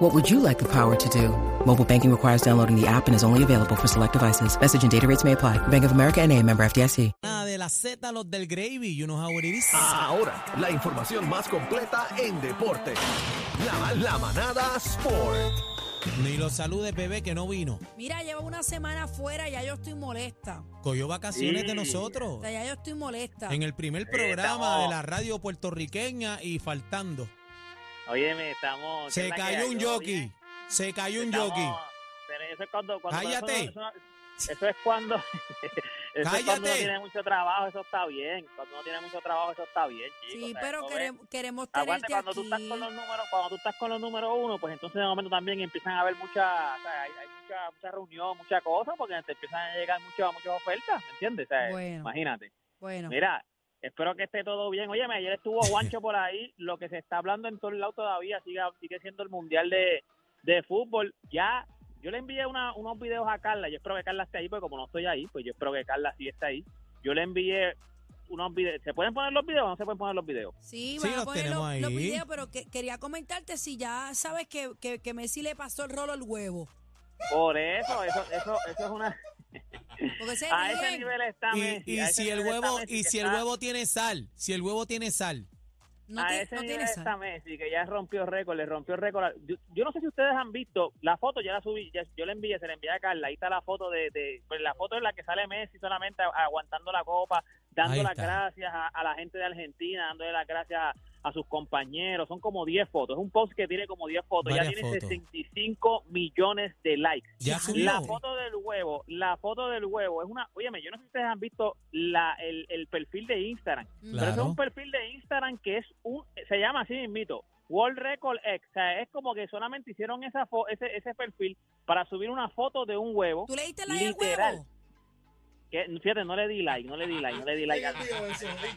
What would you like the power to do? Mobile banking requires downloading the app and is only available for select devices. Message and data rates may apply. Bank of America and a member FDIC. Nada Ah, de la Z, los del gravy, you know how it is. Ah. Ahora, la información más completa en deporte. La, la manada Sport. Ni los saludes, bebé, que no vino. Mira, llevo una semana fuera, ya yo estoy molesta. Cogió vacaciones de nosotros. O sea, ya yo estoy molesta. En el primer programa de la radio puertorriqueña y faltando. Óyeme, estamos. Se ¿qué es la que cayó hay? un Oye, jockey. Se cayó un estamos- jockey. pero Eso es cuando. cuando Cállate. Eso, no- eso es cuando. eso Es cuando Cállate. no tiene mucho trabajo, eso está bien. Cuando no tiene mucho trabajo, eso está bien, chicos. sí, O sea, pero eso es- queremos, queremos Aguante, tenerte pues, cuando aquí. tú estás con los números, cuando tú estás con los números uno, pues entonces de momento también empiezan a haber mucha, o sea, hay, hay mucha, mucha reunión, mucha cosa, porque te empiezan a llegar muchas, muchas ofertas, ¿me entiendes? O sea, Bueno. imagínate. Bueno, pues, Mira, espero que esté todo bien. Oye, ayer estuvo Guancho por ahí. Lo que se está hablando en todo el lado todavía sigue, sigue siendo el Mundial de, de Fútbol. Ya, yo le envié una- unos videos a Carla. Yo espero que Carla esté ahí, porque como no estoy ahí, pues yo espero que Carla sí esté ahí. Yo le envié unos videos. ¿Se pueden poner los videos o no se pueden poner los videos? Sí, sí, van a los poner tenemos los, ahí. los videos, pero que- quería comentarte si ya sabes que, que, que Messi le pasó el rolo al huevo. Por eso, eso, eso, eso es una... Porque se A ese ríen. nivel está Messi, Y, y a ese si el nivel está huevo, Messi, y que si el está- huevo tiene sal, si el huevo tiene sal. No, a te- ese no nivel tienes está Messi, que ya rompió récord, le rompió récord. a- Yo, yo no sé si ustedes han visto, la foto ya la subí, ya- yo la envié, se la envié a Carla, ahí está la foto de, de- pues la foto en la que sale Messi solamente a- aguantando la copa, Ahí dando las está. gracias a, a la gente de Argentina, dándole las gracias a, a sus compañeros, son como 10 fotos, es un post que tiene como 10 fotos, Varias ya tiene fotos. 65 millones de likes. Ya La subió. foto del huevo, la foto del huevo es una, óyeme, yo no sé si ustedes han visto la, el, el perfil de Instagram. Pero eso es Claro. un perfil de Instagram que es un, se llama así mismito, World Record X. O sea, es como que solamente hicieron esa fo- ese, ese perfil para subir una foto de un huevo. ¿Tú leíste la del Literal. huevo? Que, fíjate, no le di like, no le di like, no le di like.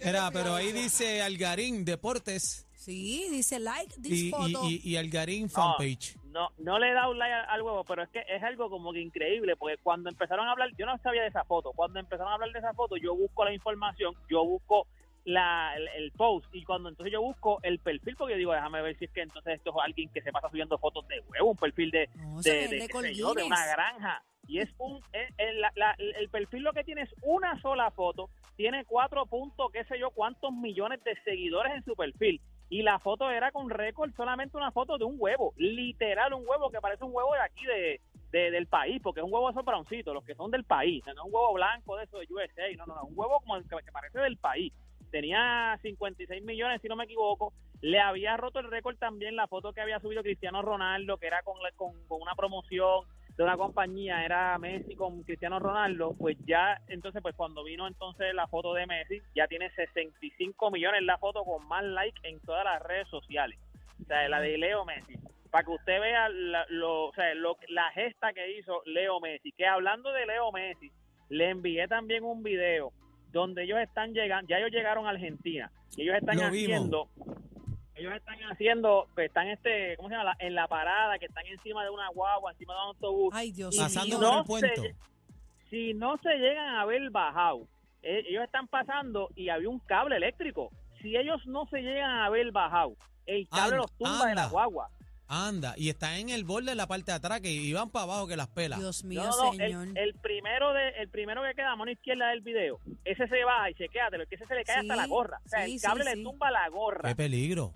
Era, pero ahí dice Algarín Deportes Sí, dice like this y, photo. y, y- y Ah. Algarín Fanpage. No, no le he dado like al, al huevo, pero es que es algo como que increíble, porque cuando empezaron a hablar, yo no sabía de esa foto, cuando empezaron a hablar de esa foto, yo busco la información, yo busco la, el, el post, y cuando entonces yo busco el perfil, porque yo digo, déjame ver si es que entonces esto es alguien que se pasa subiendo fotos de huevo, un perfil de, no, de, se de, ve qué sé yo, de Guinness. una granja. Y es un, es- es la- la- el perfil lo que tiene es una sola foto, tiene cuatro puntos, qué sé yo, cuántos millones de seguidores en su perfil. Y la foto era con récord, solamente una foto de un huevo, literal un huevo que parece un huevo de aquí de, de- del país, porque es un huevo de esos broncitos, los que son del país, o sea, no es un huevo blanco de eso de USA, no, no, no, un huevo como el que, que parece del país. Tenía 56 millones, si no me equivoco, le había roto el récord también la foto que había subido Cristiano Ronaldo, que era con, la- con, con una promoción de una compañía, era Messi con Cristiano Ronaldo, pues ya, entonces, pues cuando vino entonces la foto de Messi, ya tiene 65 millones la foto con más like en todas las redes sociales. O sea, la de Leo Messi. Para que usted vea la, lo, o sea, lo- la gesta que hizo Leo Messi, que hablando de Leo Messi, le envié también un video donde ellos están llegando, ya ellos llegaron a Argentina, y ellos están Lo vimos. haciendo ellos están haciendo, que están este, ¿cómo se llama? La- En la parada, que están encima de una guagua, encima de un autobús. Ay, Dios Pasando mío. por No el se- puente. Si no se llegan a ver bajado, eh, ellos están pasando y había un cable eléctrico. Si ellos no se llegan a ver bajado, el cable Anda, los tumba de la anda. guagua. Anda, y está en el borde de la parte de atrás, que iban para abajo que las pelas. Dios mío, No, no, señor. el, el primero de, el primero que queda a mano izquierda del video, ese se baja y se queda, pero es que ese se le cae Sí, hasta la gorra. O sea, sí, el sí, cable sí. le tumba la gorra. Qué peligro.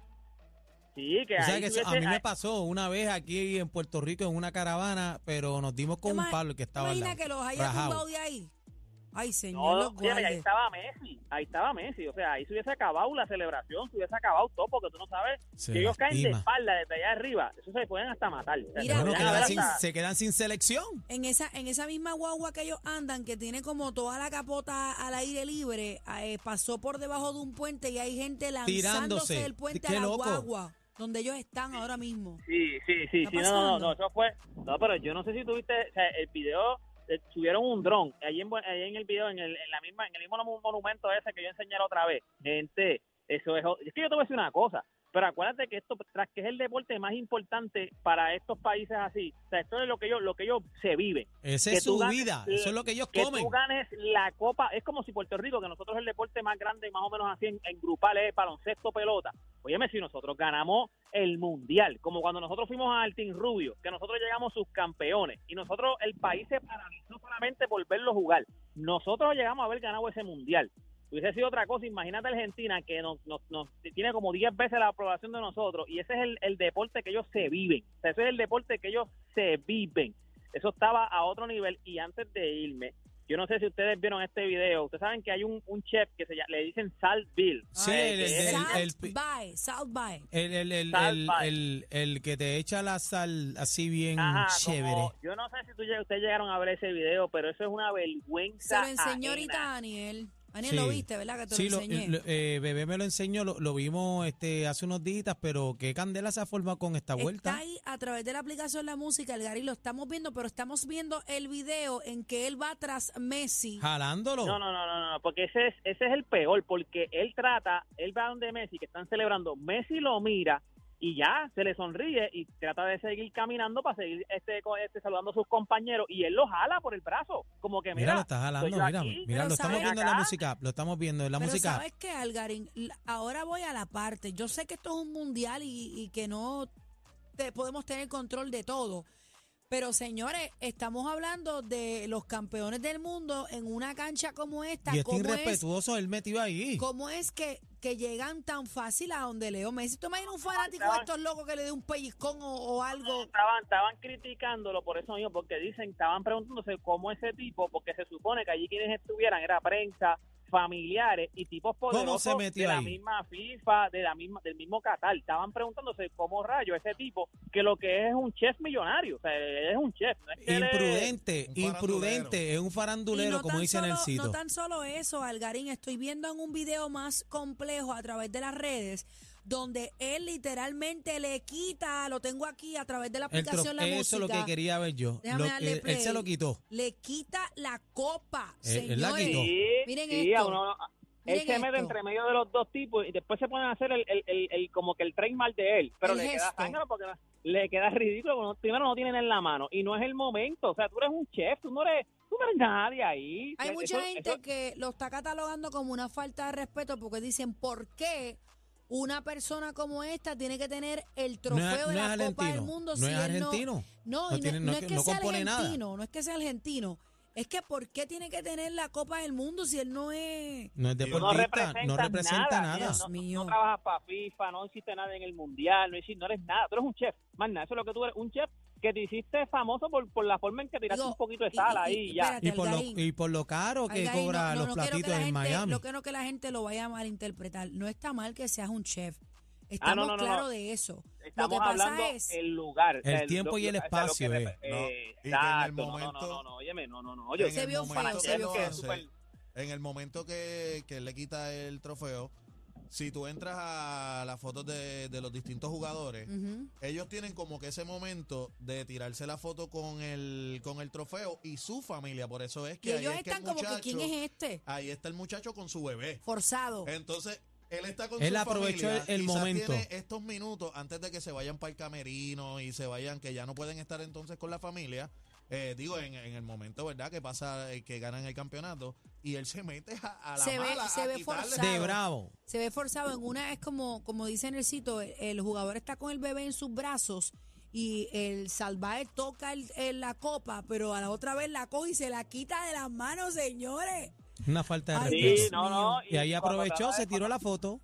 Sí, que O sea ahí que eso- a mí tuviese- me pasó una vez aquí en Puerto Rico en una caravana, pero nos dimos con un Ima- Pablo que estaba al Imagina lado. que los haya rajao. tumbado de ahí. Ay, señor, No, los oye, ahí guardes. estaba Messi, ahí estaba Messi, o sea, ahí se hubiese acabado la celebración, se hubiese acabado todo, porque tú no sabes Se que ellos caen de lastima. espalda desde allá arriba, eso se pueden hasta matar. O Mira, sea, se Bueno, mira, pueden quedan mira. hasta- sin- se quedan sin selección. En esa, en esa misma guagua que ellos andan, que tiene como toda la capota al aire libre, eh, pasó por debajo de un puente y hay gente lanzándose Tirándose. del puente a Qué la loco. guagua, donde ellos están ahora mismo. Sí, sí, sí, ¿Está sí, no, no, no, pasando? no, eso fue, no, pero yo no sé si tuviste, o sea, el video eh, subieron un dron allí en, allí en el video, en el, en la misma, en el mismo monumento ese que yo enseñé la otra vez. Gente, eso es. Es que yo te voy a decir una cosa. Pero acuérdate que esto, tras que es el deporte más importante para estos países así, o sea, esto es lo que ellos, lo que ellos se viven. Esa que es tú su ganes vida, la- eso es lo que ellos que comen. tú ganes la copa. Es como si Puerto Rico, que nosotros el deporte más grande, más o menos así en, en grupal, es baloncesto, pelota. Óyeme, si nosotros ganamos el mundial, como cuando nosotros fuimos al Team Rubio, que nosotros llegamos subcampeones y nosotros el país se paralizó solamente por verlo jugar. Nosotros llegamos a haber ganado ese mundial. Hubiese sido otra cosa, imagínate Argentina que nos, nos- nos- tiene como 10 veces la aprobación de nosotros y ese es el, el deporte que ellos se viven. O sea, ese es el deporte que ellos se viven. Eso estaba a otro nivel y antes de irme, yo no sé si ustedes vieron este video. Ustedes saben que hay un, un chef que se llama- le dicen Salt Bill. Sí, Eh, el- que el- es- el- South el- by, South by. El, el, el, Sal, el- bye. el- el que te echa la sal así bien Ajá, chévere. como- yo no sé si tú lleg- ustedes llegaron a ver ese video, pero eso es una Se vergüenza. lo enseñó ajena. ahorita a Aniel. Aniel Sí. lo viste, ¿verdad? Que te Sí, lo lo- enseñé. lo- eh, Bebé me lo enseñó, lo, lo vimos este hace unos días, pero qué candela se ha formado con esta Está vuelta. ahí a través de la aplicación La Música, el Gary lo estamos viendo, pero estamos viendo el video en que él va tras Messi. Jalándolo. No, no, no, no, no, porque ese es, ese es el peor, porque él trata, él va donde Messi, que están celebrando, Messi lo mira y ya se le sonríe y trata de seguir caminando para seguir este, co- este saludando a sus compañeros y él lo jala por el brazo, como que Mira, mira, lo está jalando, soy yo mira, aquí. mira, Pero lo estamos ¿sabes viendo en la acá? música, lo estamos viendo en la Pero música. sabes qué, Algarín, L- ahora voy a la parte. Yo sé que esto es un mundial y, y que no te- podemos tener control de todo. Pero señores, estamos hablando de los campeones del mundo en una cancha como esta. Y este ¿Cómo es, irrespetuoso, él metido ahí. cómo es que, que llegan tan fácil a donde Leo Messi? ¿Tú imaginas un fanático de Estaban- estos locos que le dé un pellizcón o, o algo? Estaban, estaban criticándolo por eso mismo, porque dicen, estaban preguntándose cómo ese tipo, porque se supone que allí quienes estuvieran era prensa, familiares y tipos se poderosos metió de la ahí? misma FIFA, de la misma, del mismo Qatar. Estaban preguntándose cómo rayo ese tipo, que lo que es es un chef millonario, o sea, es un chef. No es que él es- Imprudente, Un imprudente, es un Y farandulero, no como tan dice solo- Nelsito. No tan solo eso, Algarín, estoy viendo en un video más complejo a través de las redes, donde él literalmente le quita, lo tengo aquí a través de la El tro- aplicación La eso es lo Música, que quería ver yo. Déjame Lo- darle él, él se play. lo quitó. le quita la copa, Eh, él la señores. quitó. Sí, Miren sí, esto. a uno- él Miren se mete esto. entre medio de los dos tipos y después se ponen a hacer el, el, el- el- como que el trademark de él, pero El le queda gesto. zángano porque no- le queda ridículo, porque no- primero no tienen en la mano y no es el momento, o sea, tú eres un chef, tú no eres, tú no eres nadie ahí. Hay Eso- mucha eso- gente que lo está catalogando como una falta de respeto porque dicen, ¿por qué una persona como esta tiene que tener el No trofeo es, de no la es Copa del argentino. Mundo no si es él no, argentino. No, No y no, tiene- no no es que- que no sea compone nada. argentino, no es que sea argentino. Es que ¿por qué tiene que tener la Copa del Mundo si él no es...? No es no deportista, representa, no representa nada. nada. No- Dios No, mío. no trabajas para FIFA, no hiciste nada en el mundial, no, hiciste- no eres nada, tú eres un chef, más nada, eso es lo que tú eres, un chef que te hiciste famoso por, por la forma en que tiraste Digo, un poquito de y- sal y- ahí y- y ya. espérate, Y por, lo, Algarín. y por lo caro que Algarín, cobra no- no- los no quiero que platitos la en gente- Miami. No quiero que la gente lo vaya a malinterpretar. No está mal que seas un chef. Estamos Ah, no, no, no, claros no. de eso. Estamos lo que pasa hablando es... el lugar, o sea, El tiempo y el o sea, lo espacio, que eh. repre- No, eh, y que en el exacto, no, no, no, momento- no, no, óyeme, no, no, no, oye, Se el vio momento feo, que se lo vio feo. hace, Súper- En el momento que, que le quita el trofeo, si tú entras a las fotos de, de los distintos jugadores, Ujú. ellos tienen como que ese momento de tirarse la foto con el, con el trofeo y su familia. Por eso es Y que ahí ellos es que el están como que, ¿quién muchacho- Eh. es este? Ahí está el muchacho con su bebé. Forzado. Entonces, él está con Él su aprovechó familia, el- el quizás momento. tiene estos minutos antes de que se vayan para el camerino y se vayan, que ya no pueden estar entonces con la familia. eh, digo, en, en el momento, ¿verdad? Que pasa, eh, que ganan el campeonato y él se mete a, a la Se ve- mala, se a ve quitarle- forzado. De bravo. Se ve forzado. En una es como, como dice en el sitio, el, el jugador está con el bebé en sus brazos y el salvaje toca el- el- la copa, pero a la otra vez la coge y se la quita de las manos, señores. Una falta de Ay, Sí, Dios respeto. no, no. Y ahí cuando aprovechó, trata de- se tiró la foto.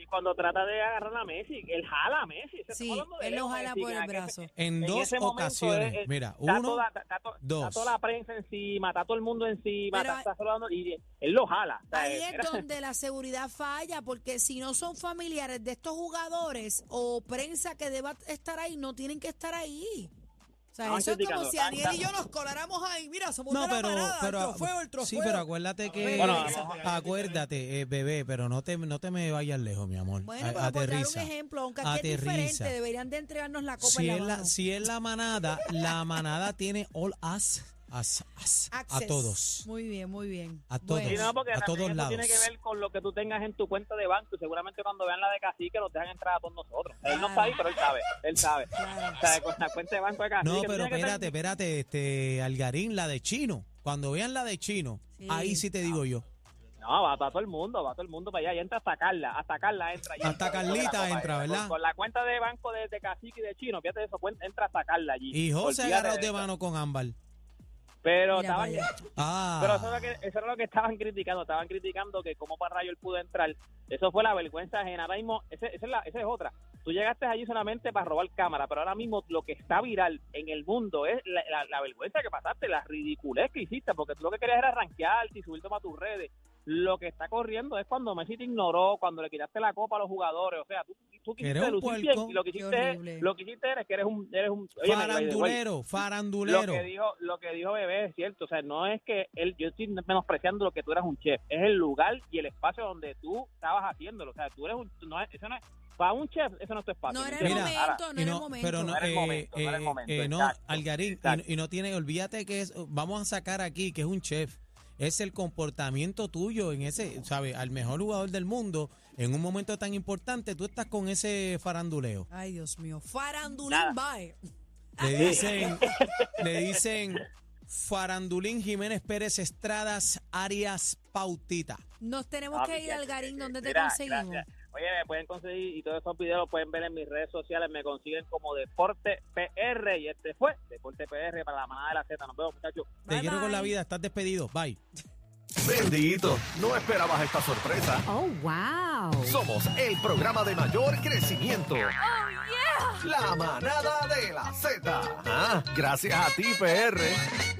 Y cuando trata de agarrar a Messi, él jala a Messi. o sea, Sí, estamos hablando de él lo Leo jala Messi, por que el aquel- brazo. En dos ese momento, ocasiones. eh, eh, Mira, está uno, toda, está- está to- dos. Está toda la prensa encima, está todo el mundo encima, Pero está, está saludando, y él lo jala. o sea, Ahí era- es donde la seguridad falla, porque si no son familiares de estos jugadores o prensa que deba estar ahí, no tienen que estar ahí. O sea, Estaban eso es como criticando, si estaban- Aniel y yo nos coláramos ahí. Mira, somos No, una pero, manada, pero el trofeo, el trofeo. sí, pero acuérdate que Bueno, acuérdate, eh, bebé, pero no te no te me vayas lejos, mi amor. Bueno, A- pero por dar un aterriza. ejemplo, aunque aquí Aterriza. es diferente, deberían de entregarnos la copa Si en es la la mano. si es la manada, la manada tiene all us. as- as- a Access. todos. Muy bien, muy bien. A Bueno. Sí, no, porque A también todos eso lados. tiene que ver con lo que tú tengas en tu cuenta de banco y seguramente cuando vean la de Cacique nos dejan entrar a todos nosotros. Él no está ahí, pero él sabe, él sabe. Claro. O sea, con la cuenta de banco de Cacique. No, tú pero tienes Ah, que espérate, estar- espérate, este, Algarín, la de chino. Cuando vean la de chino, Sí. ahí sí te digo yo. No, va, va todo el mundo, va todo el mundo para allá y entra hasta Carla, hasta Carla entra. allí. Hasta Carlita Con la- entra, con- ¿verdad? Con, la cuenta de banco de, de Cacique y de Chino, fíjate eso, cuen- entra hasta Carla allí. Y José Olvídate agarrado de eso. mano con ámbar. Pero, Mira estaba, para allá. Ah. pero eso, era lo que, eso era lo que estaban criticando, estaban criticando que cómo para rayo él pudo entrar. Eso fue la vergüenza ajena. Ahora mismo, ese- esa es, la- esa es otra. Tú llegaste allí solamente para robar cámara, pero ahora mismo lo que está viral en el mundo es la, la- la vergüenza que pasaste, la ridiculez que hiciste, porque tú lo que querías era ranquearte y subirte para tus redes. Lo que está corriendo es cuando Messi te ignoró, cuando le quitaste la copa a los jugadores. O sea, tú, tú Que eres quisiste un lucir puerco. bien y lo que Qué hiciste, horrible. es- lo que hiciste eres que eres un... Eres un Oye, me- by the way, farandulero, farandulero. lo que dijo, lo que dijo Bebé es cierto, o sea, no es que él, yo estoy menospreciando lo que tú eras un chef, es el lugar y el espacio donde tú estabas haciéndolo, o sea, tú eres un, no es- eso no es, para un chef, eso no es tu espacio. No era el ¿entiendes? Mira, Ahora, momento, no Y era no, el momento. pero no, No era el eh, momento, no era el eh, momento, eh, no, exacto, Algarín, y- exacto. Y, no tiene, olvídate que es, vamos a sacar aquí que es un chef. Es el comportamiento tuyo en ese, ¿sabes? Al mejor jugador del mundo, en un momento tan importante, tú estás con ese faranduleo. Ay, Dios mío. Farandulín Nada. bye. Le dicen, le dicen Farandulín Jiménez Pérez Estradas Arias Pautita. Nos tenemos Ah, que ir gracias, al Garín. gracias. ¿Dónde te Mira, conseguimos? gracias. Oye, me pueden conseguir y todos esos videos los pueden ver en mis redes sociales, me consiguen como Deporte PR y este fue Deporte PR para la manada de la Z. Nos vemos, muchachos. Te Bye, quiero con bye. la vida, estás despedido. Bye. Bendito, no esperabas esta sorpresa. Oh, wow. Oh, Somos el programa de mayor crecimiento. La manada de la Z. Ah, gracias a ti, PR.